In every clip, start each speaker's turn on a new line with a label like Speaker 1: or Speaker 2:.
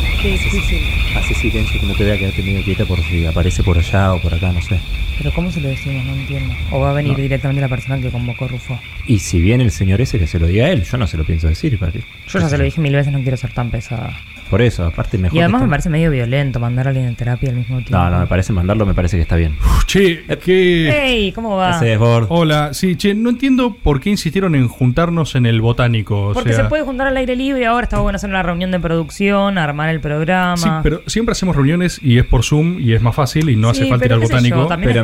Speaker 1: difícil.
Speaker 2: Hace silencio que no te voy a quedarte medio quieta por si aparece por allá o por acá, no sé.
Speaker 1: Pero ¿cómo se lo decimos? No entiendo. ¿O va a venir
Speaker 2: No.
Speaker 1: directamente la persona que convocó Rufo?
Speaker 2: Y si viene el señor ese que se lo diga a él, yo no se lo pienso decir, ¿para qué?
Speaker 1: Yo ya se lo dije mil veces, no quiero ser tan pesada.
Speaker 2: Por eso, aparte mejor.
Speaker 1: Y además
Speaker 2: que
Speaker 1: me
Speaker 2: está-
Speaker 1: parece medio violento mandar a alguien en terapia al mismo tiempo.
Speaker 2: No, no, me parece mandarlo, me parece que está bien.
Speaker 1: Ah.
Speaker 3: Che,
Speaker 1: Eh,
Speaker 3: que...
Speaker 1: ¡Ey! ¿Cómo va?
Speaker 2: Ese es Bord.
Speaker 1: Oh,
Speaker 3: Hola, sí, che, no entiendo por qué insistieron en juntarnos en el botánico. O
Speaker 1: Porque
Speaker 3: sea,
Speaker 1: se puede juntar al aire libre, ahora está bueno hacer una reunión de producción, armar el programa.
Speaker 3: Sí, pero siempre hacemos reuniones y es por Zoom y es más fácil y no
Speaker 1: Sí,
Speaker 3: hace falta ir
Speaker 1: pero
Speaker 3: al
Speaker 1: qué sé
Speaker 3: botánico.
Speaker 1: yo, también
Speaker 2: Pero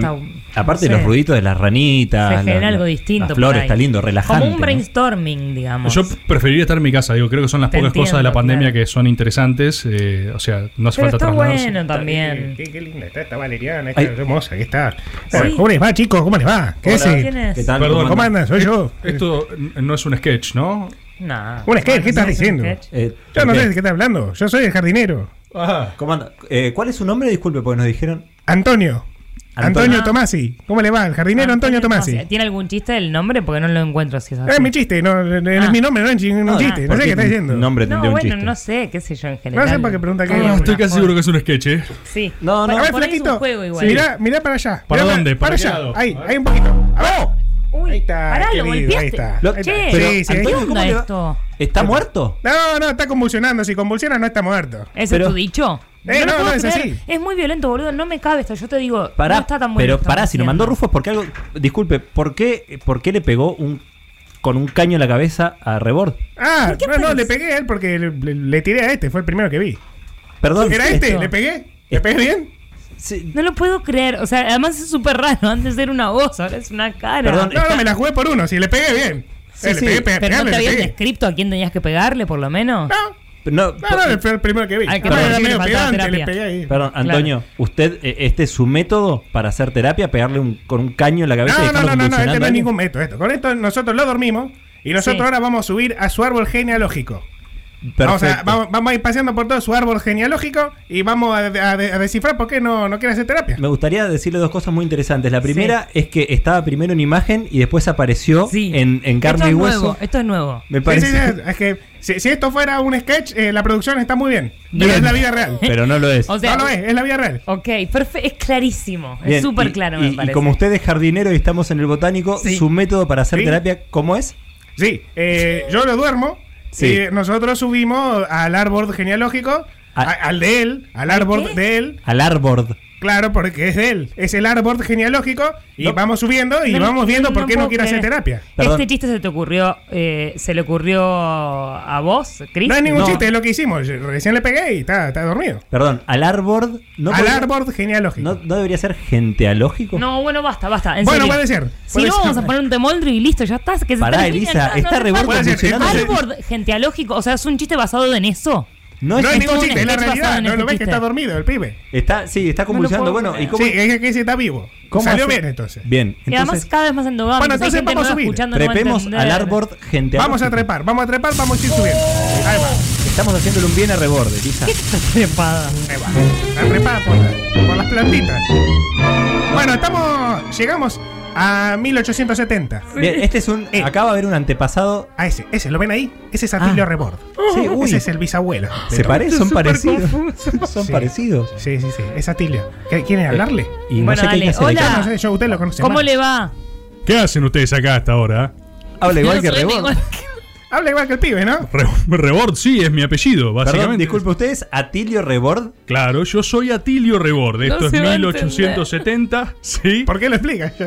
Speaker 1: está-
Speaker 2: aparte
Speaker 1: no sé.
Speaker 2: los ruiditos de las ranitas.
Speaker 1: se genera
Speaker 2: Ah, la-
Speaker 1: algo
Speaker 2: la-
Speaker 1: distinto.
Speaker 2: Las
Speaker 1: por
Speaker 2: flores,
Speaker 1: ahí.
Speaker 2: está lindo, relajante.
Speaker 1: Como un
Speaker 2: ¿no?
Speaker 1: brainstorming, digamos.
Speaker 3: Yo preferiría estar en mi casa, digo, creo que son las
Speaker 1: Te
Speaker 3: pocas cosas de la
Speaker 1: entiendo,
Speaker 3: pandemia
Speaker 1: claro.
Speaker 3: que son interesantes, eh, o sea, no hace
Speaker 1: pero
Speaker 3: falta
Speaker 1: está
Speaker 3: trasladarse.
Speaker 1: bueno también.
Speaker 4: Qué, qué linda está esta Valeriana, esta
Speaker 2: Ay.
Speaker 4: hermosa que está.
Speaker 1: Sí.
Speaker 4: ¿Cómo les va, chicos? ¿Cómo les va? ¿Qué
Speaker 1: Hola.
Speaker 4: hacen?
Speaker 1: ¿Quién es?
Speaker 2: ¿Qué tal?
Speaker 3: Perdón,
Speaker 4: ¿Cómo andan? Soy yo. eh.
Speaker 3: Esto n- no es un sketch, ¿no?
Speaker 1: No.
Speaker 4: Un sketch, ¿qué estás
Speaker 1: ¿Es un
Speaker 4: diciendo?
Speaker 1: sketch?
Speaker 2: Eh,
Speaker 4: Yo no
Speaker 2: ok.
Speaker 4: sé de qué estás hablando. Yo soy el jardinero.
Speaker 3: Ah,
Speaker 2: ¿Cómo anda? Eh, ¿Cuál es su nombre? Disculpe, porque nos dijeron.
Speaker 4: Antonio. Antonio,
Speaker 2: Antonio.
Speaker 4: Tomasi. ¿Cómo le va? El jardinero Antonio, Tomasi.
Speaker 1: Ah, ¿Tiene algún chiste del nombre? Porque no lo encuentro si es así.
Speaker 4: Ah, es mi chiste, no, no, no es
Speaker 1: Ah.
Speaker 4: mi nombre, no es chi- un
Speaker 1: Ah.
Speaker 4: chiste. No
Speaker 2: ¿Por
Speaker 4: sé qué
Speaker 2: qué
Speaker 4: estás
Speaker 2: un
Speaker 4: diciendo.
Speaker 2: Nombre de
Speaker 1: No,
Speaker 2: un
Speaker 1: bueno,
Speaker 2: chiste.
Speaker 1: no sé, qué sé yo en general.
Speaker 4: No sé para qué pregunta qué
Speaker 1: Ah,
Speaker 4: es.
Speaker 3: estoy
Speaker 1: una
Speaker 3: casi
Speaker 1: joda.
Speaker 3: seguro que es un sketch, ¿eh?
Speaker 1: Sí.
Speaker 2: No,
Speaker 1: Para-
Speaker 2: no.
Speaker 4: A ver,
Speaker 1: por ahí es un
Speaker 4: flaquito.
Speaker 1: juego igual.
Speaker 4: Mirá, mirá para allá.
Speaker 3: ¿Para
Speaker 4: Mirá
Speaker 3: dónde?
Speaker 4: Para
Speaker 3: ¿Para qué
Speaker 4: allá.
Speaker 3: lado?
Speaker 4: Ahí, ahí un poquito. A ver.
Speaker 1: Uy,
Speaker 4: Ahí está.
Speaker 1: pará,
Speaker 4: qué
Speaker 1: lo
Speaker 4: lindo,
Speaker 1: golpeaste.
Speaker 4: Ahí está.
Speaker 2: Lo-
Speaker 4: ahí está.
Speaker 1: Che,
Speaker 4: sí, sí,
Speaker 1: ¿qué
Speaker 2: Antonio,
Speaker 4: ahí está.
Speaker 1: onda
Speaker 2: ¿cómo le va?
Speaker 1: esto?
Speaker 2: ¿Está muerto?
Speaker 4: No, no, está convulsionando. Si convulsiona, no está muerto.
Speaker 1: ¿Ese
Speaker 2: Pero-
Speaker 1: es tu dicho?
Speaker 4: Eh,
Speaker 1: lo
Speaker 4: no,
Speaker 1: puedo
Speaker 4: no, es
Speaker 1: creer.
Speaker 4: así.
Speaker 1: Es muy violento, boludo. No me cabe esto. Yo te digo,
Speaker 2: Pará,
Speaker 1: no está tan bueno.
Speaker 2: pero
Speaker 1: lo que
Speaker 2: pará,
Speaker 1: estamos
Speaker 2: si lo mandó
Speaker 1: haciendo.
Speaker 2: Rufo es porque algo. Disculpe, ¿por qué, por qué le pegó un con un caño en la cabeza a Rebord?
Speaker 4: Ah,
Speaker 1: ¿Por qué
Speaker 4: no, no,
Speaker 1: aparece?
Speaker 4: le pegué a él porque le, le- le tiré a este. Fue el primero que vi.
Speaker 2: Perdón.
Speaker 4: ¿Era
Speaker 2: eh,
Speaker 4: este?
Speaker 1: esto?
Speaker 4: ¿Le pegué? ¿Le pegué bien?
Speaker 2: sí,
Speaker 1: No lo puedo creer. O sea, además es súper raro. Antes era una voz, ahora es una cara.
Speaker 2: Perdón,
Speaker 4: No, no, me la jugué por uno. Si le pegué bien.
Speaker 2: Sí,
Speaker 4: Eh, le
Speaker 2: sí,
Speaker 4: pegué,
Speaker 1: Pero
Speaker 4: pe-
Speaker 1: no te
Speaker 4: pegarle, le
Speaker 1: habían
Speaker 4: pegué.
Speaker 1: descrito a quién tenías que pegarle, por lo menos.
Speaker 4: No,
Speaker 2: no,
Speaker 4: no, no, le fue el primero que vi.
Speaker 1: Ay,
Speaker 4: Capaz
Speaker 2: capaz
Speaker 4: era
Speaker 1: que le
Speaker 4: medio
Speaker 1: faltaba
Speaker 4: pedante,
Speaker 1: terapia.
Speaker 4: le pegué ahí.
Speaker 2: Perdón,
Speaker 1: Claro.
Speaker 2: Antonio, usted, eh, este es su método para hacer terapia, pegarle un, con un caño en la cabeza y
Speaker 4: No, no,
Speaker 2: dejarlo
Speaker 4: no, no, no, este
Speaker 2: convulsionando
Speaker 4: no
Speaker 2: a
Speaker 4: es
Speaker 2: alguien?
Speaker 4: ningún método. Esto. Con esto nosotros lo dormimos y nosotros
Speaker 1: Sí.
Speaker 4: ahora vamos a subir a su árbol genealógico. Vamos a,
Speaker 2: Perfecto.
Speaker 4: vamos, vamos a ir paseando por todo su árbol genealógico y vamos a, a- a descifrar por qué no, no quiere hacer terapia.
Speaker 2: Me gustaría decirle dos cosas muy interesantes. La primera es que estaba primero en imagen y después apareció
Speaker 1: Sí.
Speaker 2: en, en carne
Speaker 1: esto
Speaker 2: y
Speaker 1: es
Speaker 2: hueso.
Speaker 1: Nuevo, esto es nuevo.
Speaker 2: Me
Speaker 4: Sí,
Speaker 2: parece.
Speaker 4: sí, sí, es que si, si esto fuera un sketch, eh, la producción está muy bien. Pero
Speaker 2: Bien.
Speaker 4: es la vida real.
Speaker 2: Pero no lo es.
Speaker 1: O sea,
Speaker 4: no lo es, es la vida real.
Speaker 1: Ok, perfecto. Es clarísimo.
Speaker 2: Bien,
Speaker 1: es súper
Speaker 2: y-
Speaker 1: claro,
Speaker 2: y,
Speaker 1: me
Speaker 2: y
Speaker 1: parece.
Speaker 2: como usted es jardinero y estamos en el botánico,
Speaker 1: Sí.
Speaker 2: su método para hacer
Speaker 4: Sí.
Speaker 2: terapia, ¿cómo es?
Speaker 4: Sí, eh, yo lo duermo.
Speaker 2: Sí.
Speaker 4: Y nosotros subimos al árbol genealógico,
Speaker 2: A-
Speaker 4: a- al de él, al árbol
Speaker 1: Ah. qué?
Speaker 4: de él,
Speaker 2: Al árbol.
Speaker 4: claro, porque es de él, es el árbol genealógico y
Speaker 2: No.
Speaker 4: vamos subiendo y
Speaker 1: No,
Speaker 4: vamos viendo por qué no
Speaker 1: puedo
Speaker 4: quiere hacer
Speaker 1: creer.
Speaker 4: terapia.
Speaker 2: Perdón.
Speaker 1: Este chiste se te ocurrió, eh, se le ocurrió a vos, Chris.
Speaker 4: No es ningún
Speaker 2: No.
Speaker 4: chiste, es lo que hicimos. Yo Recién le pegué y está, está dormido.
Speaker 2: Perdón, al árbol. No
Speaker 4: al
Speaker 2: podría-
Speaker 4: árbol genealógico.
Speaker 2: ¿No, no debería ser gentealógico?
Speaker 1: No, bueno, basta, basta. en
Speaker 4: Bueno,
Speaker 1: serio.
Speaker 4: puede ser,
Speaker 1: Si
Speaker 4: puede
Speaker 1: no,
Speaker 4: ser.
Speaker 1: vamos a poner un temoldrio y listo, ya está. Que se
Speaker 2: Pará,
Speaker 1: termine
Speaker 2: Elisa,
Speaker 1: acá,
Speaker 2: está
Speaker 1: hace
Speaker 2: re gordo
Speaker 1: falta.
Speaker 4: Puede ser,
Speaker 2: funcionando.
Speaker 4: entonces-
Speaker 1: Árbol gentealógico, o sea, es un chiste basado en eso.
Speaker 2: No
Speaker 4: No,
Speaker 2: es
Speaker 4: es ningún
Speaker 1: un
Speaker 4: chiste, es la
Speaker 1: sketch basado
Speaker 4: realidad.
Speaker 1: en
Speaker 4: No
Speaker 1: este
Speaker 4: lo ves que
Speaker 1: chiste.
Speaker 4: está dormido el pibe.
Speaker 2: Está, sí, está convulsionando.
Speaker 1: puedo
Speaker 2: bueno, ¿y
Speaker 1: creer.
Speaker 2: cómo,
Speaker 4: Sí, eh. es que sí está vivo.
Speaker 2: cómo
Speaker 4: Salió
Speaker 2: hace-
Speaker 4: bien entonces.
Speaker 2: Bien,
Speaker 1: y además
Speaker 2: entonces
Speaker 1: cada vez más endogámico.
Speaker 4: Bueno, entonces
Speaker 1: Hay gente
Speaker 4: vamos a
Speaker 1: nueva
Speaker 4: subir.
Speaker 1: escuchando, no va a
Speaker 2: trepemos al
Speaker 1: entender.
Speaker 2: árbol gentealógico.
Speaker 4: Vamos a trepar, vamos a trepar, vamos a ir subiendo. Ahí va,
Speaker 2: Estamos haciéndole un bien a reborde, Lisa.
Speaker 1: Trepada.
Speaker 4: ahí va. A trepar por, la- por las plantitas. Bueno, estamos. Llegamos a 1870.
Speaker 2: Bien, este es un.
Speaker 4: Eh.
Speaker 2: Acá va a haber un antepasado.
Speaker 4: A ese, ese, ¿lo ven ahí? Ese es Atilio
Speaker 2: Ah.
Speaker 4: Rebord.
Speaker 2: Sí, uy.
Speaker 4: Oh, Ese es el bisabuelo.
Speaker 2: Se parecen, son parecidos. Son
Speaker 4: Sí.
Speaker 2: parecidos.
Speaker 4: Sí, sí, sí, es Atilio. ¿Qué-
Speaker 2: Eh.
Speaker 4: ¿Quieren hablarle?
Speaker 2: Y no
Speaker 1: Bueno,
Speaker 2: sé qué hay
Speaker 1: dale,
Speaker 2: que hacer.
Speaker 1: hola.
Speaker 2: acá.
Speaker 4: No sé, yo usted lo conoce.
Speaker 1: ¿Cómo
Speaker 4: más.
Speaker 1: le va?
Speaker 3: ¿Qué hacen ustedes acá hasta ahora?
Speaker 2: Habla igual que
Speaker 1: Suena
Speaker 2: reborde.
Speaker 1: igual.
Speaker 4: Habla igual que el pibe, ¿no?
Speaker 3: Re- Rebord, sí, es mi apellido, básicamente.
Speaker 2: Perdón, disculpe, ¿usted es Atilio Rebord?
Speaker 3: Claro, yo soy Atilio Rebord, esto
Speaker 1: No
Speaker 3: es
Speaker 1: se va a
Speaker 3: 1870, sí.
Speaker 4: ¿Por qué lo explica?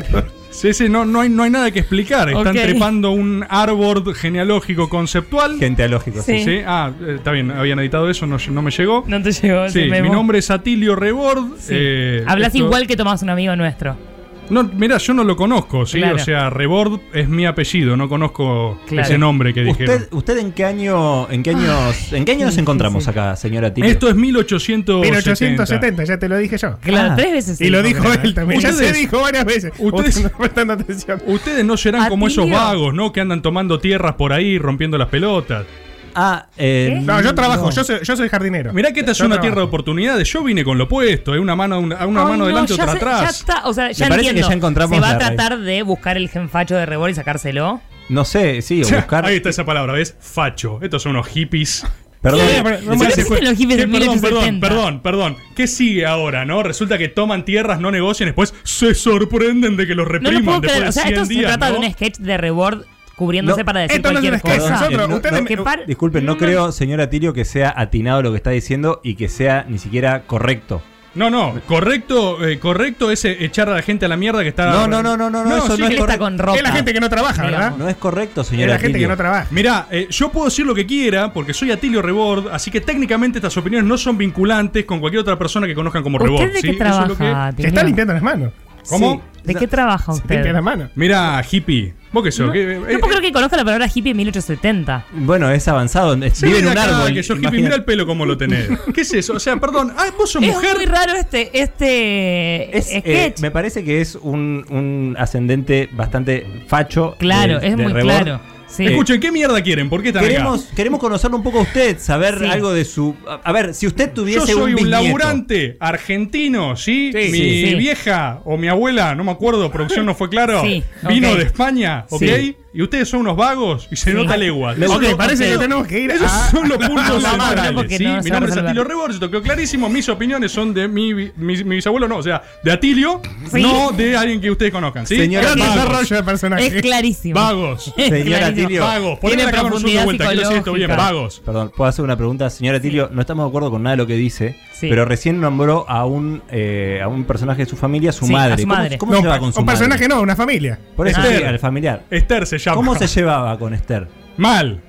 Speaker 3: Sí, sí, no, no, hay, no hay nada que explicar, están
Speaker 1: Ok.
Speaker 3: trepando un árbol genealógico conceptual.
Speaker 2: Gentealógico, sí.
Speaker 1: Sí.
Speaker 3: Sí, ah, eh, está bien, habían editado eso, no, no me llegó.
Speaker 1: No te llegó ese
Speaker 3: Sí, mi
Speaker 1: memo.
Speaker 3: nombre es Atilio Rebord.
Speaker 1: Sí.
Speaker 3: eh,
Speaker 1: Hablas
Speaker 3: esto-
Speaker 1: igual que Tomás, un amigo nuestro.
Speaker 3: No, mira, yo no lo conozco, sí,
Speaker 1: Claro.
Speaker 3: o sea, Rebord es mi apellido, no conozco
Speaker 1: Claro.
Speaker 3: ese nombre que dijeron.
Speaker 2: ¿Usted, ¿Usted en qué año, en qué años, en qué año nos encontramos acá, señora Atilio?
Speaker 3: Esto es 1870.
Speaker 4: 1870, ya te lo dije yo.
Speaker 1: Claro,
Speaker 2: Ah.
Speaker 1: tres veces.
Speaker 4: Y lo
Speaker 1: sí,
Speaker 4: dijo
Speaker 1: porque-
Speaker 4: él también. Ya se
Speaker 3: Ustedes-
Speaker 4: dijo varias veces.
Speaker 3: Ustedes-
Speaker 4: Usted no está prestando atención.
Speaker 3: Ustedes no serán como esos
Speaker 1: Atilio.
Speaker 3: vagos, ¿no? Que andan tomando tierras por ahí, rompiendo las pelotas.
Speaker 2: Ah, eh,
Speaker 1: ¿Qué?
Speaker 4: No, yo trabajo,
Speaker 2: no.
Speaker 4: Yo, soy, yo soy jardinero.
Speaker 3: Mirá que esta es
Speaker 4: Yo
Speaker 3: una
Speaker 4: trabajo.
Speaker 3: tierra de oportunidades. Yo vine con lo opuesto, eh, una mano, una, una
Speaker 1: Ay,
Speaker 3: mano
Speaker 1: no,
Speaker 3: adelante,
Speaker 1: ya
Speaker 3: otra
Speaker 1: sé- Ya
Speaker 3: atrás.
Speaker 1: está, o sea, ya
Speaker 2: parece que
Speaker 1: entiendo.
Speaker 2: ya encontramos
Speaker 1: Se va a
Speaker 2: la raíz.
Speaker 1: tratar de buscar el genfacho de Rebor y sacárselo.
Speaker 2: No sé, sí, o
Speaker 3: Ya,
Speaker 2: buscar.
Speaker 3: Ahí está esa palabra, ¿ves? Facho. Estos son unos hippies.
Speaker 2: Perdón.
Speaker 1: Sí,
Speaker 3: pero-
Speaker 1: Si no
Speaker 3: se
Speaker 1: existen
Speaker 3: fue-
Speaker 1: los hippies
Speaker 3: Sí,
Speaker 1: de
Speaker 3: perdón,
Speaker 1: 1870.
Speaker 3: perdón, perdón, perdón. ¿Qué sigue ahora, no? Resulta que toman tierras, no negocian, después se sorprenden de que los
Speaker 1: No
Speaker 3: repriman.
Speaker 1: lo puedo
Speaker 3: después
Speaker 1: creer.
Speaker 3: de
Speaker 1: O sea,
Speaker 3: 100
Speaker 1: esto se
Speaker 3: días,
Speaker 1: trata de
Speaker 3: ¿no?
Speaker 1: un sketch de Rebord cubriéndose
Speaker 2: No,
Speaker 1: para decir
Speaker 4: esto no es
Speaker 1: cualquier
Speaker 4: un sketch,
Speaker 1: cosa.
Speaker 4: nosotros-
Speaker 2: Eh, no,
Speaker 4: ustedes
Speaker 2: no,
Speaker 4: me-
Speaker 1: que par-
Speaker 2: Disculpen, no creo, señor Atilio, que sea atinado lo que está diciendo y que sea ni siquiera correcto.
Speaker 3: No, no, correcto, eh, correcto es eh, echar a la gente a la mierda que está.
Speaker 2: No, no, no, no, no, no, eso
Speaker 3: sí,
Speaker 2: no
Speaker 1: Él
Speaker 2: es
Speaker 3: que-
Speaker 1: está
Speaker 2: correcto.
Speaker 1: con ropa.
Speaker 4: Es la gente que no trabaja, ¿verdad?
Speaker 1: Digamos.
Speaker 2: No es correcto,
Speaker 4: Es
Speaker 2: señor
Speaker 4: la gente que
Speaker 2: Atilio.
Speaker 4: no trabaja.
Speaker 3: Mirá, eh, yo puedo decir lo que quiera porque soy Atilio Rebord, así que técnicamente estas opiniones no son vinculantes con cualquier otra persona que conozcan como Rebord.
Speaker 1: ¿Usted de
Speaker 3: ¿sí?
Speaker 1: qué
Speaker 3: Eso es lo que-
Speaker 1: trabaja?
Speaker 4: Se está
Speaker 1: Atilio?
Speaker 4: limpiando las manos.
Speaker 3: ¿Cómo?
Speaker 2: Sí.
Speaker 1: ¿De qué trabaja usted?
Speaker 4: Limpia las manos.
Speaker 3: Mirá, hippie, ¿vos qué sos?
Speaker 1: No,
Speaker 3: ¿Qué-
Speaker 1: no
Speaker 3: eh,
Speaker 1: puedo creer
Speaker 3: eh,
Speaker 1: que conozca la palabra hippie en 1870.
Speaker 2: Bueno, es avanzado. es-
Speaker 3: sí,
Speaker 2: vive en
Speaker 3: de
Speaker 2: un
Speaker 3: eh, acá,
Speaker 2: árbol.
Speaker 3: que sos hippie,
Speaker 2: imagínate.
Speaker 3: mirá el pelo como lo tenés. ¿Qué es eso? O sea, perdón, ah, vos sos
Speaker 1: Es
Speaker 3: mujer.
Speaker 1: muy raro este, este
Speaker 2: Es, eh,
Speaker 1: sketch.
Speaker 2: me parece que es un, un ascendente bastante facho.
Speaker 1: claro,
Speaker 2: de-
Speaker 1: es
Speaker 2: de
Speaker 1: muy
Speaker 2: Rebord.
Speaker 1: claro. Sí.
Speaker 3: Escuchen, ¿qué mierda quieren? ¿Por qué están
Speaker 2: Queremos, queremos conocerlo un poco a usted, saber
Speaker 1: Sí.
Speaker 2: algo de su. A, a ver, si usted
Speaker 3: acá? Yo
Speaker 2: tuviese
Speaker 3: soy un,
Speaker 2: bisnieto-
Speaker 3: laburante argentino, ¿sí?
Speaker 1: Sí.
Speaker 3: Mi
Speaker 1: Sí, sí.
Speaker 3: vieja o mi abuela, no me acuerdo, producción no fue claro,
Speaker 1: Sí,
Speaker 3: vino
Speaker 1: ok.
Speaker 3: de España, ¿ok?
Speaker 2: Sí.
Speaker 3: y ustedes son unos vagos y se
Speaker 1: Sí.
Speaker 3: nota leguas.
Speaker 2: Le-
Speaker 3: Eso-
Speaker 4: Ok, parece
Speaker 1: ok.
Speaker 4: que tenemos que ir
Speaker 3: Esos
Speaker 4: a-
Speaker 3: son los
Speaker 1: no,
Speaker 3: puntos
Speaker 1: no,
Speaker 3: centrales,
Speaker 1: no, porque
Speaker 3: ¿sí?
Speaker 1: no se
Speaker 3: Mi
Speaker 1: va a
Speaker 3: nombre es
Speaker 1: resolver.
Speaker 3: Atilio Rebord, esto quedó clarísimo. Mis opiniones son de mi, bi- mi- mi bisabuelo, no, o sea, de Atilio,
Speaker 1: Sí.
Speaker 3: no de alguien que ustedes conozcan, ¿sí?
Speaker 2: Señor
Speaker 4: Gran
Speaker 2: Vagos.
Speaker 4: desarrollo de personaje.
Speaker 1: Es clarísimo.
Speaker 3: Vagos.
Speaker 1: Es
Speaker 2: Señora
Speaker 1: clarísimo.
Speaker 2: Tilio.
Speaker 3: Vagos. Poneme
Speaker 1: Tiene
Speaker 3: la cámara un segundo
Speaker 1: profundidad
Speaker 3: de vuelta, quiero decir esto bien,
Speaker 1: psicológica.
Speaker 3: vagos.
Speaker 2: Perdón, ¿puedo hacer una pregunta? Señora Tilio, no estamos de acuerdo con nada de lo que dice,
Speaker 1: Sí.
Speaker 2: pero recién nombró a un, eh, a un personaje de su familia, su
Speaker 1: Sí, a
Speaker 2: madre.
Speaker 1: su
Speaker 2: ¿Cómo-
Speaker 1: madre.
Speaker 2: ¿Cómo,
Speaker 4: No,
Speaker 2: se lleva con su
Speaker 4: un
Speaker 2: madre?
Speaker 4: personaje no, una familia.
Speaker 2: Por eso,
Speaker 3: Esther.
Speaker 2: sí, al familiar.
Speaker 3: Esther se llama.
Speaker 2: ¿Cómo se llevaba con Esther?
Speaker 3: Mal.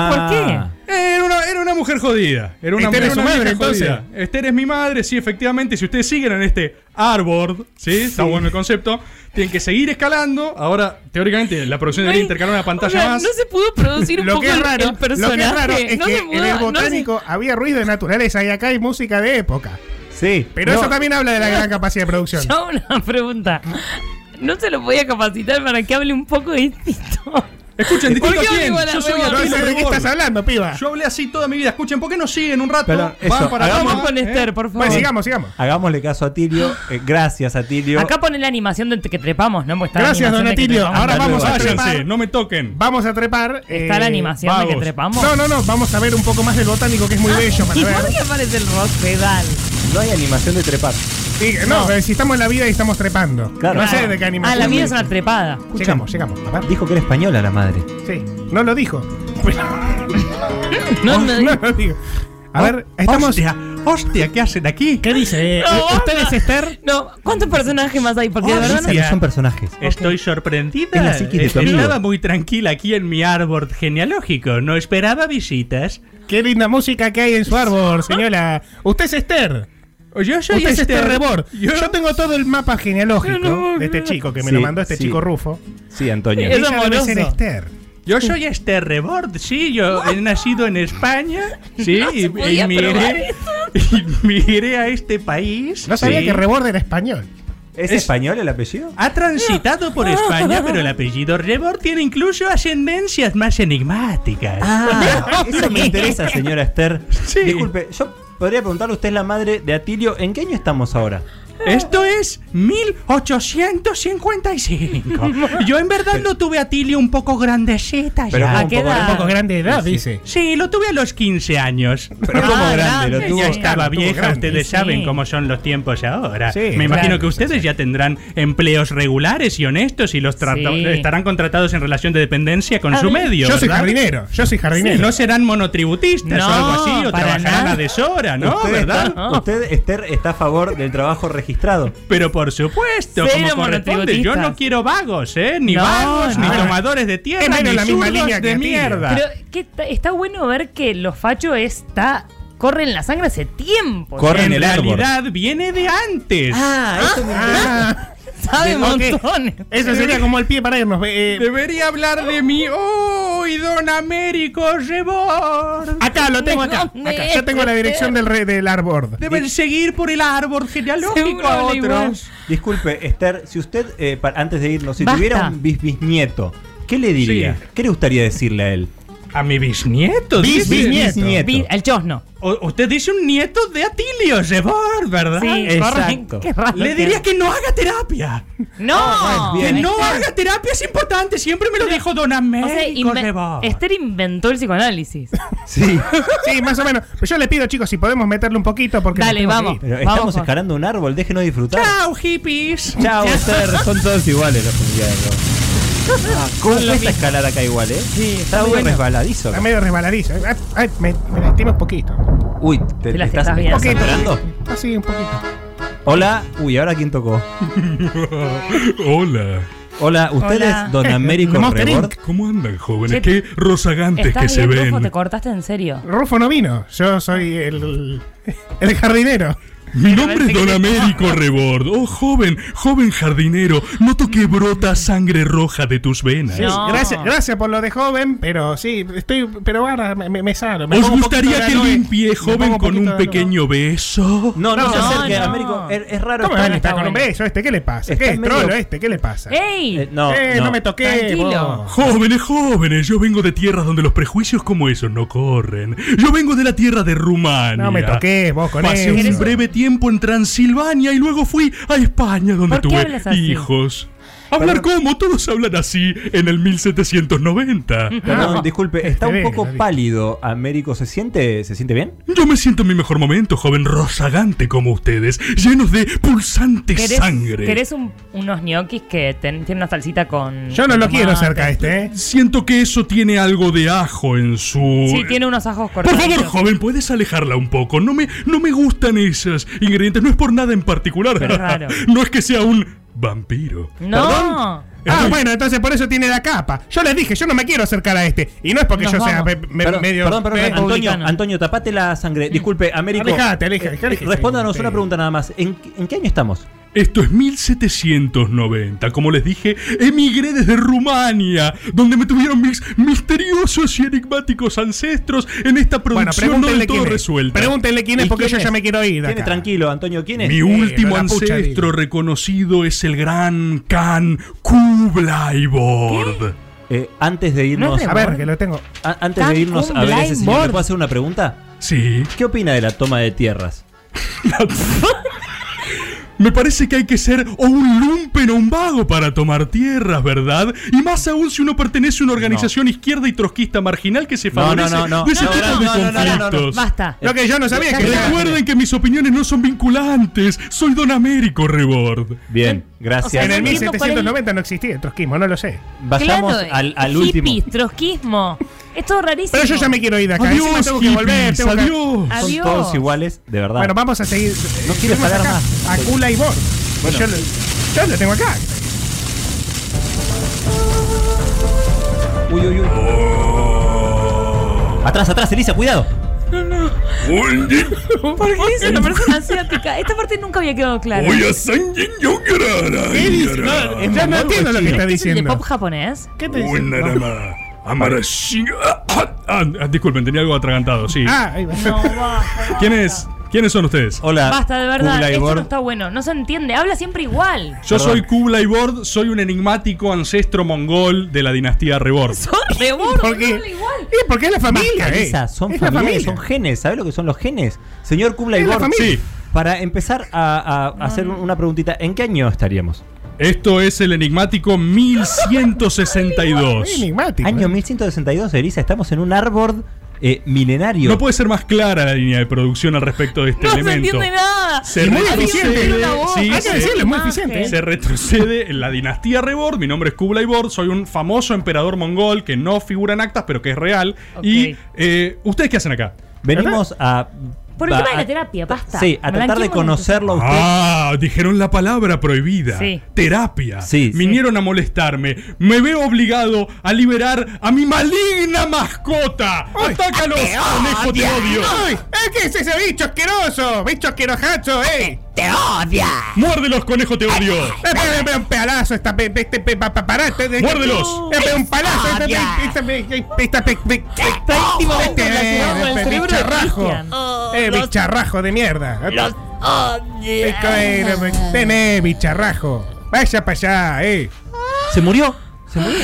Speaker 2: Ah,
Speaker 3: Era una, era una mujer jodida. Era una
Speaker 4: Esther
Speaker 3: mujer
Speaker 4: es su
Speaker 3: una
Speaker 4: madre,
Speaker 3: vieja
Speaker 4: entonces.
Speaker 3: jodida. Esther es mi madre, sí, efectivamente. Si ustedes siguen en este arbor, ¿sí? Está bueno el concepto. Tienen que seguir escalando. Ahora, teóricamente, la producción
Speaker 1: No hay-
Speaker 3: debería intercalar una pantalla
Speaker 1: o sea,
Speaker 3: más.
Speaker 1: No se pudo producir un
Speaker 4: Lo
Speaker 1: poco
Speaker 4: que, es
Speaker 1: el-
Speaker 4: raro,
Speaker 1: el personaje.
Speaker 4: lo que es raro es
Speaker 1: no
Speaker 4: que
Speaker 1: se pudo,
Speaker 4: en el
Speaker 1: no se-
Speaker 4: botánico había ruido de naturaleza y acá hay música de época.
Speaker 2: sí.
Speaker 4: Pero
Speaker 2: No,
Speaker 4: eso también habla de la gran capacidad de producción.
Speaker 1: Yo hago una pregunta. No se lo podía capacitar para que hable un poco distinto.
Speaker 3: Escuchen,
Speaker 1: ¿Por
Speaker 3: distinto a
Speaker 1: qué
Speaker 3: quién.
Speaker 1: obligó a la
Speaker 3: Yo soy
Speaker 1: hueva?
Speaker 4: No
Speaker 3: Atilio
Speaker 4: sé de qué
Speaker 3: Rebord.
Speaker 4: estás hablando, piba.
Speaker 3: Yo hablé así toda mi vida. Escuchen, ¿por qué no siguen un rato?
Speaker 2: Pero eso,
Speaker 3: acá,
Speaker 1: Vamos con
Speaker 3: ¿eh?
Speaker 1: Esther, por favor.
Speaker 4: Bueno, pues sigamos, sigamos.
Speaker 2: Hagámosle caso a Tilio. Eh, gracias a Tilio.
Speaker 1: Acá pone la animación de que trepamos, ¿no? Porque está la
Speaker 4: Gracias,
Speaker 1: animación
Speaker 4: don
Speaker 1: de que
Speaker 4: Atilio.
Speaker 1: trepamos.
Speaker 4: Ahora
Speaker 2: Hasta
Speaker 4: vamos
Speaker 2: luego.
Speaker 4: a
Speaker 3: Váyanse,
Speaker 4: trepar.
Speaker 3: no me toquen.
Speaker 4: Vamos a trepar.
Speaker 1: Está
Speaker 4: eh,
Speaker 1: la animación de que
Speaker 3: vagos.
Speaker 1: trepamos. Ah,
Speaker 4: No, no, no. Vamos a ver un poco más del botánico que es muy bello
Speaker 1: ¿Y
Speaker 4: para
Speaker 1: por qué
Speaker 4: ver.
Speaker 1: aparece el rock pedal?
Speaker 2: No hay animación de trepar.
Speaker 4: Sí, no, pero si estamos en la vida y estamos trepando.
Speaker 2: Claro.
Speaker 4: No sé de qué
Speaker 1: Ah,
Speaker 4: animación. Eh,
Speaker 1: la mía es una trepada.
Speaker 4: Llegamos, llegamos. A ver,
Speaker 2: Dijo que era española la madre.
Speaker 4: Sí, no lo dijo.
Speaker 1: No, no,
Speaker 4: No lo digo. A ver,
Speaker 2: Oh,
Speaker 4: estamos.
Speaker 3: Hostia, hostia, ¿qué hacen aquí?
Speaker 5: ¿Qué dice? Eh,
Speaker 1: No,
Speaker 5: ¿Usted es Esther?
Speaker 1: no. ¿Cuántos personajes más hay? Porque
Speaker 4: Ah,
Speaker 1: de verdad no
Speaker 2: Dicen que son personajes.
Speaker 3: Estoy sorprendida.
Speaker 2: Es la psiquis de tu amigo.
Speaker 3: Estaba muy tranquila aquí en mi árbol genealógico. No esperaba visitas.
Speaker 4: Qué linda música que hay en su árbol, señora. Usted es Esther.
Speaker 3: Yo
Speaker 4: Usted es Esther este Rebord.
Speaker 3: Yo,
Speaker 4: Yo, tengo todo el mapa genealógico
Speaker 1: No, no,
Speaker 4: de este
Speaker 1: no.
Speaker 4: chico que me
Speaker 2: Sí,
Speaker 4: lo mandó este
Speaker 2: sí.
Speaker 4: chico Rufo.
Speaker 2: Sí, Antonio.
Speaker 1: Es
Speaker 4: Ella debe
Speaker 1: amoroso.
Speaker 4: ser Esther.
Speaker 3: yo soy Esther Rebord, sí. Yo he nacido en España. Sí,
Speaker 1: No se
Speaker 3: y-
Speaker 1: podía probar
Speaker 3: emigré, emigré a este país.
Speaker 4: No sabía
Speaker 3: sí.
Speaker 4: que Rebord era español.
Speaker 2: ¿Es,
Speaker 3: Es-
Speaker 2: español el apellido?
Speaker 3: Ha transitado por España, pero el apellido Rebord tiene incluso ascendencias más enigmáticas.
Speaker 2: Ah, eso me interesa, señora Esther.
Speaker 3: Sí.
Speaker 2: Disculpe, yo podría preguntarle, usted es la madre de Atilio, ¿en qué año estamos ahora?
Speaker 3: Esto es 1855. Yo en verdad lo tuve a Tilio un poco grandecita
Speaker 2: Pero
Speaker 3: ya.
Speaker 1: ¿A qué edad?
Speaker 4: Un poco grande de edad, dice.
Speaker 3: Sí, lo tuve a los 15 años.
Speaker 2: Pero como
Speaker 1: Ah,
Speaker 2: grande, lo
Speaker 1: grande,
Speaker 2: tuvo.
Speaker 3: Ya
Speaker 1: sí.
Speaker 3: estaba
Speaker 4: lo tuvo
Speaker 3: vieja,
Speaker 4: grande.
Speaker 3: ustedes
Speaker 1: Sí.
Speaker 3: saben cómo son los tiempos ahora.
Speaker 4: Sí,
Speaker 3: Me imagino
Speaker 1: claro.
Speaker 3: que ustedes ya tendrán empleos regulares y honestos y los trata-
Speaker 1: Sí.
Speaker 3: estarán contratados en relación de dependencia con
Speaker 1: Ah,
Speaker 3: su
Speaker 1: bien.
Speaker 3: medio.
Speaker 4: Yo soy
Speaker 3: ¿verdad?
Speaker 4: jardinero. Yo soy jardinero.
Speaker 3: No serán monotributistas
Speaker 1: No,
Speaker 3: o algo así, o
Speaker 1: para
Speaker 3: trabajarán
Speaker 1: nada.
Speaker 3: a deshora, ¿no?
Speaker 2: usted,
Speaker 3: ¿Verdad?
Speaker 2: está- usted, Esther, está a favor del trabajo registrado.
Speaker 3: Pero por supuesto,
Speaker 1: Cero
Speaker 3: como corresponde, yo
Speaker 1: monotributistas.
Speaker 3: no quiero vagos, ¿eh? Ni
Speaker 1: No,
Speaker 3: vagos, ni
Speaker 1: no.
Speaker 3: tomadores de
Speaker 4: Es
Speaker 3: tierra,
Speaker 4: menos
Speaker 3: ni
Speaker 4: la misma
Speaker 3: zurdos
Speaker 4: línea que
Speaker 3: de
Speaker 4: a ti.
Speaker 3: mierda.
Speaker 1: Pero que está, está bueno ver que los fachos está corren la sangre hace tiempo.
Speaker 2: Corre- Corren
Speaker 3: en
Speaker 2: el árbol.
Speaker 3: realidad viene de antes.
Speaker 2: Ah, eso me
Speaker 4: Ah,
Speaker 1: Sabe
Speaker 4: ok.
Speaker 1: montones.
Speaker 4: Eso sería como el pie para irnos. eh, eh,
Speaker 3: Debería hablar de mí. ¡Oh, y don Américo Rebord!
Speaker 4: acá, lo tengo acá. acá. Yo tengo la dirección del, re- del árbol.
Speaker 3: Deben seguir por el árbol genealógico
Speaker 1: Seguro
Speaker 3: a
Speaker 1: habla igual.
Speaker 3: otros.
Speaker 2: Disculpe, Esther, si usted, eh, pa- antes de irnos, si
Speaker 1: Basta.
Speaker 2: tuviera un bis- bisnieto, ¿qué le diría?
Speaker 3: Sí.
Speaker 2: ¿Qué le gustaría decirle a él?
Speaker 3: a mi bisnieto.
Speaker 4: Bis-
Speaker 3: dice.
Speaker 4: bisnieto.
Speaker 2: Bisnieto.
Speaker 1: Vi- El chosno.
Speaker 3: O- usted dice un nieto de Atilio Rebord, ¿verdad?
Speaker 1: Sí,
Speaker 2: exacto.
Speaker 1: corre- qué raro
Speaker 3: Le
Speaker 1: que-
Speaker 3: diría que no haga terapia.
Speaker 1: ¡No!
Speaker 3: Que
Speaker 1: Ahí
Speaker 3: no
Speaker 1: está.
Speaker 3: haga terapia es importante. Siempre me lo dijo Don Américo
Speaker 1: O sea, inve-
Speaker 3: Rebord.
Speaker 1: Esther inventó el psicoanálisis.
Speaker 2: Sí.
Speaker 4: Sí, más o menos. Pero yo le pido, chicos, si podemos meterle un poquito porque.
Speaker 1: Dale,
Speaker 4: nos tenemos
Speaker 1: vamos.
Speaker 4: que ir.
Speaker 2: Pero
Speaker 1: Vamos,
Speaker 2: estamos
Speaker 1: Juan.
Speaker 2: escalando un árbol, déjenos disfrutar.
Speaker 3: Chao, hippies.
Speaker 2: Chao, Esther. Son todos iguales los familiares. ¿no? ¿Cómo cuesta escalar acá igual, eh? Sí, está muy resbaladizo. acá.
Speaker 4: Está medio resbaladizo. Ay, ay, me, me lastimé un poquito. Un
Speaker 2: Uy, ¿te,
Speaker 1: Te
Speaker 2: te
Speaker 1: las
Speaker 2: estás,
Speaker 1: estás
Speaker 2: te
Speaker 1: viendo.
Speaker 2: estás esperando?
Speaker 4: Así, un poquito.
Speaker 2: Hola. Uy, ¿ahora quién tocó?
Speaker 3: Hola.
Speaker 2: Hola, ¿ustedes,
Speaker 1: Hola.
Speaker 2: don Américo
Speaker 4: Monster
Speaker 2: Rebord?
Speaker 3: ¿Cómo andan, jóvenes?
Speaker 1: Che,
Speaker 3: rozagantes
Speaker 1: ¿Estás bien, Rufo? ¿Te cortaste en serio?
Speaker 4: Rufo no vino. Yo soy el. El jardinero.
Speaker 5: Mi nombre es
Speaker 1: parece
Speaker 5: Don
Speaker 1: que-
Speaker 5: Américo Rebord. Oh, joven, joven jardinero, noto
Speaker 1: Mm.
Speaker 5: que brota sangre roja de tus venas.
Speaker 4: Sí,
Speaker 1: No.
Speaker 4: gracias, gracias por lo de joven, pero sí, estoy. Pero ahora me, me, me sano. me
Speaker 5: ¿Os
Speaker 4: pongo un poquito
Speaker 5: gustaría
Speaker 4: de
Speaker 5: que
Speaker 4: aloe.
Speaker 5: limpie,
Speaker 4: Me pongo
Speaker 5: joven, con
Speaker 4: poquito
Speaker 5: un
Speaker 4: de aloe.
Speaker 5: pequeño beso?
Speaker 2: No, no,
Speaker 4: No,
Speaker 2: se acerque,
Speaker 1: no.
Speaker 2: Américo. Es, es raro.
Speaker 4: ¿Cómo van
Speaker 2: está-
Speaker 4: a estar con un
Speaker 1: bueno.
Speaker 4: beso este? ¿Qué le pasa?
Speaker 2: Está
Speaker 4: ¿Qué es
Speaker 2: medio-
Speaker 4: trolo este? ¿qué le pasa?
Speaker 2: eh,
Speaker 1: ¡Ey!
Speaker 2: no,
Speaker 4: Eh, no, me toqué.
Speaker 1: Tranquilo.
Speaker 4: vos.
Speaker 5: Jóvenes, jóvenes, yo vengo de tierras donde los prejuicios como esos no corren. Yo vengo de la tierra de Rumania.
Speaker 4: No me toqué vos con
Speaker 5: Pasé
Speaker 4: eso.
Speaker 5: un breve tiempo en Transilvania y luego fui a España donde
Speaker 1: ¿Por qué
Speaker 5: tuve
Speaker 1: hablas así?
Speaker 5: hijos. Hablar como todos hablan así en el 1790.
Speaker 2: Perdón, disculpe, está un
Speaker 4: Este
Speaker 2: poco
Speaker 4: ven,
Speaker 2: pálido, Américo. ¿Se siente, ¿Se siente bien?
Speaker 5: Yo me siento en mi mejor momento, joven rozagante como ustedes, llenos de pulsante
Speaker 1: ¿Querés,
Speaker 5: sangre.
Speaker 1: querés un- unos gnocchis que ten- tienen una salsita con.
Speaker 4: Yo no lo
Speaker 1: con
Speaker 4: quiero
Speaker 1: tomate?
Speaker 4: cerca a este, ¿eh?
Speaker 5: Siento que eso tiene algo de ajo en su...
Speaker 1: Sí, tiene unos ajos
Speaker 5: Por
Speaker 1: cortados.
Speaker 5: favor, joven, puedes alejarla un poco. No me, no me gustan esos ingredientes. No es por nada en particular.
Speaker 1: Pero es raro.
Speaker 5: no es que sea un vampiro.
Speaker 1: ¡No!
Speaker 4: Ah, bueno, entonces por eso tiene la capa. Yo les dije, yo no me quiero acercar a este. Y no es porque
Speaker 1: Nos
Speaker 4: yo sea
Speaker 1: vamos.
Speaker 4: pe- me-
Speaker 2: perdón,
Speaker 4: medio.
Speaker 2: perdón, perdón,
Speaker 4: pe- Mm.
Speaker 2: Antonio,
Speaker 1: republicano.
Speaker 2: Antonio, tapate la sangre. Disculpe, Américo.
Speaker 4: Alejate, alejate, alejate.
Speaker 2: Respóndanos
Speaker 4: Sí.
Speaker 2: una pregunta nada más. ¿En, en qué año estamos?
Speaker 5: Esto es 1790. Como les dije, emigré desde Rumania, donde me tuvieron mis misteriosos y enigmáticos ancestros en esta
Speaker 4: Bueno,
Speaker 5: producción no
Speaker 4: pregúntenle
Speaker 5: del
Speaker 4: quién
Speaker 5: todo
Speaker 4: es.
Speaker 5: resuelta.
Speaker 4: Pregúntenle quién es
Speaker 2: ¿Y
Speaker 4: porque
Speaker 2: quién
Speaker 4: yo ya
Speaker 2: es?
Speaker 4: me quiero ir. de
Speaker 2: Tiene
Speaker 4: acá.
Speaker 2: tranquilo, Antonio. ¿Quién es?
Speaker 5: Mi
Speaker 2: Eh,
Speaker 5: último
Speaker 4: la pucha,
Speaker 5: ancestro
Speaker 4: digo.
Speaker 5: reconocido es el gran Khan Kublai Bord.
Speaker 2: eh, antes de irnos,
Speaker 1: es
Speaker 4: A ver, que lo tengo.
Speaker 2: a- antes de
Speaker 1: Tan
Speaker 2: irnos
Speaker 1: un
Speaker 2: a ver ese
Speaker 1: blind
Speaker 2: señor, ¿le
Speaker 1: board.
Speaker 2: puedo hacer una pregunta?
Speaker 5: Sí.
Speaker 2: ¿Qué opina de la toma de tierras?
Speaker 5: Me parece que hay que ser o un lumpen o un vago para tomar tierras, ¿verdad? Y más aún si uno pertenece a una organización izquierda y trotskista marginal que se
Speaker 2: No, no,
Speaker 5: favorece
Speaker 2: no, no.
Speaker 5: de ese
Speaker 2: No,
Speaker 5: tipo
Speaker 2: no, no,
Speaker 5: de
Speaker 2: no, no, no, no, no.
Speaker 5: conflictos.
Speaker 1: Basta.
Speaker 4: Lo que yo no sabía es que.
Speaker 5: Recuerden que mis opiniones no son vinculantes. Soy Don Américo Rebord.
Speaker 2: Bien, gracias.
Speaker 4: En el
Speaker 1: No entiendo cuál es-
Speaker 4: 1790 no existía el trotskismo, no lo sé.
Speaker 2: Vayamos
Speaker 1: Claro,
Speaker 2: al, al
Speaker 1: hippies,
Speaker 2: último.
Speaker 1: trotskismo. Es todo rarísimo.
Speaker 4: Pero yo ya me quiero ir de acá.
Speaker 5: Adiós,
Speaker 4: Encima tengo que
Speaker 5: hippies,
Speaker 4: volver. tengo que-
Speaker 5: adiós.
Speaker 1: Ah,
Speaker 2: Son
Speaker 1: Adiós.
Speaker 2: todos iguales, de verdad.
Speaker 4: Bueno, vamos a seguir.
Speaker 2: No quiero
Speaker 4: Seguimos
Speaker 2: parar
Speaker 4: acá,
Speaker 2: más.
Speaker 4: A Kula y Bor. Yo, lo, yo lo tengo acá.
Speaker 2: Uy, uy, uy. Atrás, atrás, Elisa, cuidado.
Speaker 1: ¿Por qué es una persona asiática? Esta parte nunca había quedado clara.
Speaker 5: a Sanjin Yongarara.
Speaker 2: Es
Speaker 4: Ya no
Speaker 2: monólogo
Speaker 4: entiendo lo
Speaker 1: ¿Es
Speaker 2: chino.
Speaker 4: que está
Speaker 1: el de pop
Speaker 4: diciendo.
Speaker 1: japonés?
Speaker 4: ¿Qué te dice?
Speaker 5: Ah, disculpen, tenía algo atragantado, sí.
Speaker 4: Ah, ahí va.
Speaker 5: ¿Quién es? ¿Quiénes son
Speaker 1: Oh,
Speaker 5: ustedes?
Speaker 2: Hola.
Speaker 1: Basta, de verdad.
Speaker 2: Kublai
Speaker 1: Esto
Speaker 2: Bor.
Speaker 1: no está bueno. No se entiende. Habla siempre igual.
Speaker 5: Yo
Speaker 2: Perdón.
Speaker 5: soy Kublai Bord, soy un enigmático ancestro mongol de la dinastía Rebord.
Speaker 1: De burro,
Speaker 4: ¿Por qué?
Speaker 1: habla igual.
Speaker 4: Eh, porque es la familia, eh.
Speaker 2: Elisa, son
Speaker 4: es la
Speaker 2: familiares,
Speaker 4: familia.
Speaker 2: son genes. ¿Sabes lo que son los genes? Señor Kublai
Speaker 4: Es la
Speaker 2: Bor,
Speaker 4: familia.
Speaker 5: Sí.
Speaker 2: para empezar a, a hacer una preguntita, ¿en qué año estaríamos?
Speaker 5: Esto es el enigmático 1162.
Speaker 4: enigmático.
Speaker 2: Año
Speaker 4: eh.
Speaker 2: 1162, Elisa, estamos en un árbol eh, milenario.
Speaker 5: No puede ser más clara la línea de producción al respecto de este
Speaker 1: No se
Speaker 5: elemento.
Speaker 1: entiende nada.
Speaker 5: Se
Speaker 4: Y muy
Speaker 1: Tiene
Speaker 5: retrocede,
Speaker 1: una voz,
Speaker 5: sí,
Speaker 1: tiene
Speaker 4: Hay que
Speaker 5: se-
Speaker 1: una
Speaker 4: decirlo, es muy
Speaker 1: imagen.
Speaker 4: eficiente,
Speaker 5: se retrocede en la dinastía Rebord. Mi nombre es Kublai Bord, soy un famoso emperador mongol que no figura en actas, pero que es real.
Speaker 1: Ok.
Speaker 5: Y eh, ustedes qué hacen acá?
Speaker 2: Venimos a...
Speaker 1: Por el
Speaker 2: a-
Speaker 1: tema de la terapia, basta.
Speaker 2: Sí, a tratar de
Speaker 1: Blanqueemos
Speaker 2: conocerlo a usted.
Speaker 5: Ah, dijeron la palabra prohibida.
Speaker 1: Sí.
Speaker 5: Terapia.
Speaker 2: Sí.
Speaker 5: Vinieron a molestarme. Me veo obligado a liberar a mi maligna mascota. ¡Atácalos, conejo, te odio!
Speaker 4: ¡Ay! eh, ¿Qué es ese bicho asqueroso? ¡Bicho asquerojacho, eh!
Speaker 5: ¡Muérdelos, conejo, te odio!
Speaker 4: Eh, pe- pe- un palazo esta pe- pe- este pe- pa- pa- pará, este- este-
Speaker 5: ¡Muérdelos!
Speaker 4: Eh, pe- un palazo este, esta pe- esta pe- esta pe- pe-
Speaker 1: íntimo
Speaker 4: este-
Speaker 1: con la que hago el
Speaker 4: este
Speaker 1: cerebro de
Speaker 4: bicharrajo.
Speaker 1: Cristian.
Speaker 4: Eh, bicharrajo de mierda. Eh, eh, eh, Tené, bicharrajo. Vaya para allá, eh.
Speaker 2: ¿Se murió? Se murió.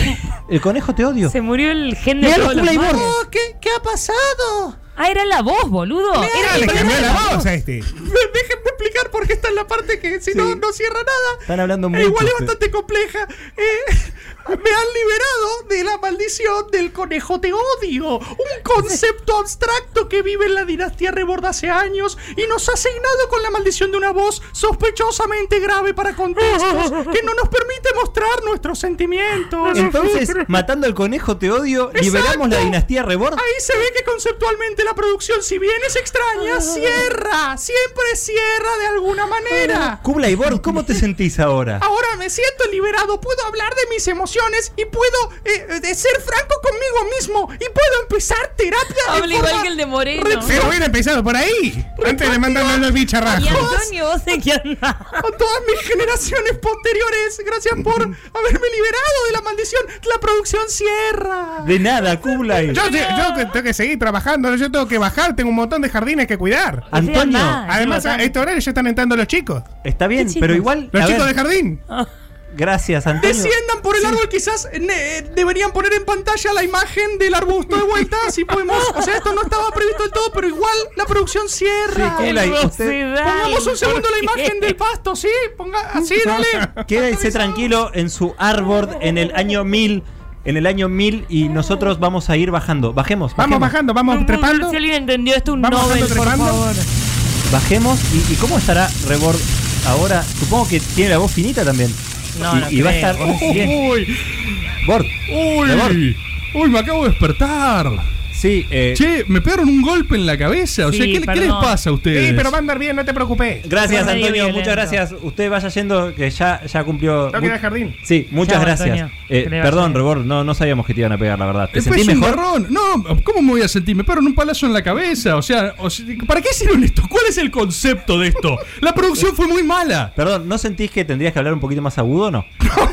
Speaker 2: El conejo te odio.
Speaker 1: Se murió el gen de
Speaker 2: Mirá los
Speaker 1: todos los
Speaker 2: Playboy.
Speaker 1: malos.
Speaker 2: No, Oh, ¿qué, ¿Qué ha pasado?
Speaker 1: Ah, era la voz, boludo. Era
Speaker 4: Le
Speaker 1: el
Speaker 4: cambió
Speaker 1: problema
Speaker 4: la
Speaker 1: era la
Speaker 4: voz a este.
Speaker 3: Déjenme explicar porque esta es la parte que si no, no cierra nada.
Speaker 2: Están hablando
Speaker 3: Eh,
Speaker 2: mucho.
Speaker 3: igual es
Speaker 2: ustedes.
Speaker 3: bastante compleja. Eh, me han liberado de la maldición del conejo te odio. Un concepto abstracto que vive en la dinastía Rebord hace años y nos ha asignado con la maldición de una voz sospechosamente grave para contextos que no nos permite mostrar nuestros sentimientos.
Speaker 2: Entonces, matando al conejo te odio, liberamos la dinastía Rebord.
Speaker 3: Ahí se ve que conceptualmente la producción, si bien es
Speaker 1: Ah.
Speaker 3: extraña, cierra. Siempre cierra de alguna
Speaker 1: Ah,
Speaker 3: manera.
Speaker 2: Kublai Bord, ¿cómo te sentís ahora?
Speaker 3: Ahora me siento liberado, puedo hablar de mis emociones y puedo eh, eh, de ser franco conmigo mismo y puedo empezar terapia de
Speaker 1: Habla igual
Speaker 3: forma
Speaker 1: que el de Moreno.
Speaker 4: Se hubiera empezado por ahí. Antes de mandarlo al
Speaker 1: Y
Speaker 4: bicharrajo.
Speaker 1: Antonio, vos en qué andás.
Speaker 3: a todas mis generaciones posteriores. Gracias por haberme liberado de la maldición. La producción cierra.
Speaker 2: De nada, Kublai.
Speaker 4: Yo, yo- yo que tengo que seguir trabajando, yo tengo que bajar, tengo un montón de jardines que cuidar.
Speaker 3: Ah,
Speaker 2: Antonio,
Speaker 1: nada.
Speaker 4: Además, a
Speaker 1: bastante.
Speaker 4: este horario ya están entrando los chicos.
Speaker 2: está bien,
Speaker 1: ¿Qué chicos?
Speaker 2: pero igual.
Speaker 4: Los
Speaker 2: a
Speaker 4: chicos
Speaker 2: ver,
Speaker 4: de jardín.
Speaker 2: Gracias, Antonio.
Speaker 3: Desciendan por el árbol, quizás eh, ne- eh, deberían poner en pantalla la imagen del arbusto de vuelta, así podemos. O sea, esto no estaba previsto del todo, pero igual la producción
Speaker 2: Sí,
Speaker 3: cierra.
Speaker 2: Kublai,
Speaker 1: Vos
Speaker 2: usted.
Speaker 1: se dan,
Speaker 3: Pongamos un segundo la
Speaker 1: ¿por qué?
Speaker 3: imagen del pasto, sí, ponga así, dale.
Speaker 2: Quédese tranquilo en su árbol en el año 1000. En el año 1000 y nosotros vamos a ir bajando. Bajemos.
Speaker 4: Vamos
Speaker 2: bajemos.
Speaker 4: bajando, vamos
Speaker 1: No,
Speaker 4: trepando.
Speaker 1: Si alguien entendió esto, un
Speaker 4: Vamos
Speaker 1: Nobel,
Speaker 4: bajando,
Speaker 1: por
Speaker 4: trepando.
Speaker 1: favor.
Speaker 2: Bajemos. ¿Y, y cómo estará Rebord ahora? Supongo que tiene la voz finita también.
Speaker 1: No,
Speaker 2: y,
Speaker 1: no
Speaker 2: y va a
Speaker 1: creo.
Speaker 2: estar bien.
Speaker 5: Uy,
Speaker 2: Bord. Rebord.
Speaker 5: uy, uy, me acabo de despertar.
Speaker 2: Sí, eh,
Speaker 5: Che, me pegaron un golpe en la cabeza. O sea,
Speaker 1: Sí,
Speaker 5: ¿qué, le- qué les
Speaker 1: perdón.
Speaker 5: pasa a ustedes?
Speaker 4: Sí, pero va a andar bien, no te preocupes.
Speaker 2: Gracias,
Speaker 1: Sí,
Speaker 2: Antonio.
Speaker 1: violento.
Speaker 2: Muchas gracias. Usted vaya yendo, que ya, ya cumplió.
Speaker 4: Tengo que ir al jardín.
Speaker 2: Sí, muchas
Speaker 1: Chao,
Speaker 2: gracias.
Speaker 1: Antonio.
Speaker 2: Eh,
Speaker 1: Que le vaya
Speaker 2: perdón,
Speaker 1: bien.
Speaker 2: Rebord, no, no sabíamos que te iban a pegar, la verdad. ¿Te
Speaker 5: Es
Speaker 2: sentís
Speaker 5: un
Speaker 2: mejor?
Speaker 5: garrón. No, ¿cómo me voy a sentir? Me pegaron un palazo en la cabeza. O sea, o sea, ¿para qué hicieron esto? ¿Cuál es el concepto de esto? La producción fue muy mala.
Speaker 2: Perdón, ¿no sentís que tendrías que hablar un poquito más agudo o no?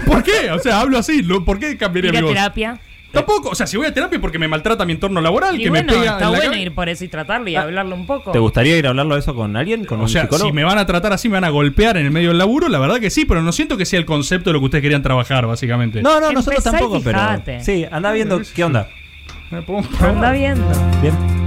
Speaker 5: ¿Por qué? O sea, hablo así. lo- ¿Por qué cambiaría
Speaker 1: Ir
Speaker 5: mi
Speaker 1: a
Speaker 5: voz?
Speaker 1: terapia.
Speaker 5: Tampoco. O sea, si voy a terapia porque me maltrata mi entorno laboral,
Speaker 1: Y
Speaker 5: que
Speaker 1: bueno,
Speaker 5: me pega.
Speaker 1: está
Speaker 5: en la
Speaker 1: bueno
Speaker 5: cabe-
Speaker 1: ir por eso y tratarlo y hablarlo un poco.
Speaker 2: ¿Te gustaría ir a hablarlo eso con alguien? ¿Con
Speaker 5: O
Speaker 2: un
Speaker 5: sea,
Speaker 2: psicólogo?
Speaker 5: si me van a tratar así, me van a golpear en el medio del laburo, la verdad que sí, pero no siento que sea el concepto de lo que ustedes querían trabajar, básicamente.
Speaker 2: No, no, nosotros
Speaker 1: Empezá y
Speaker 2: tampoco, pero.
Speaker 1: fijate.
Speaker 2: Sí, anda viendo qué onda.
Speaker 5: Me pongo-
Speaker 1: Anda viendo.
Speaker 2: Bien.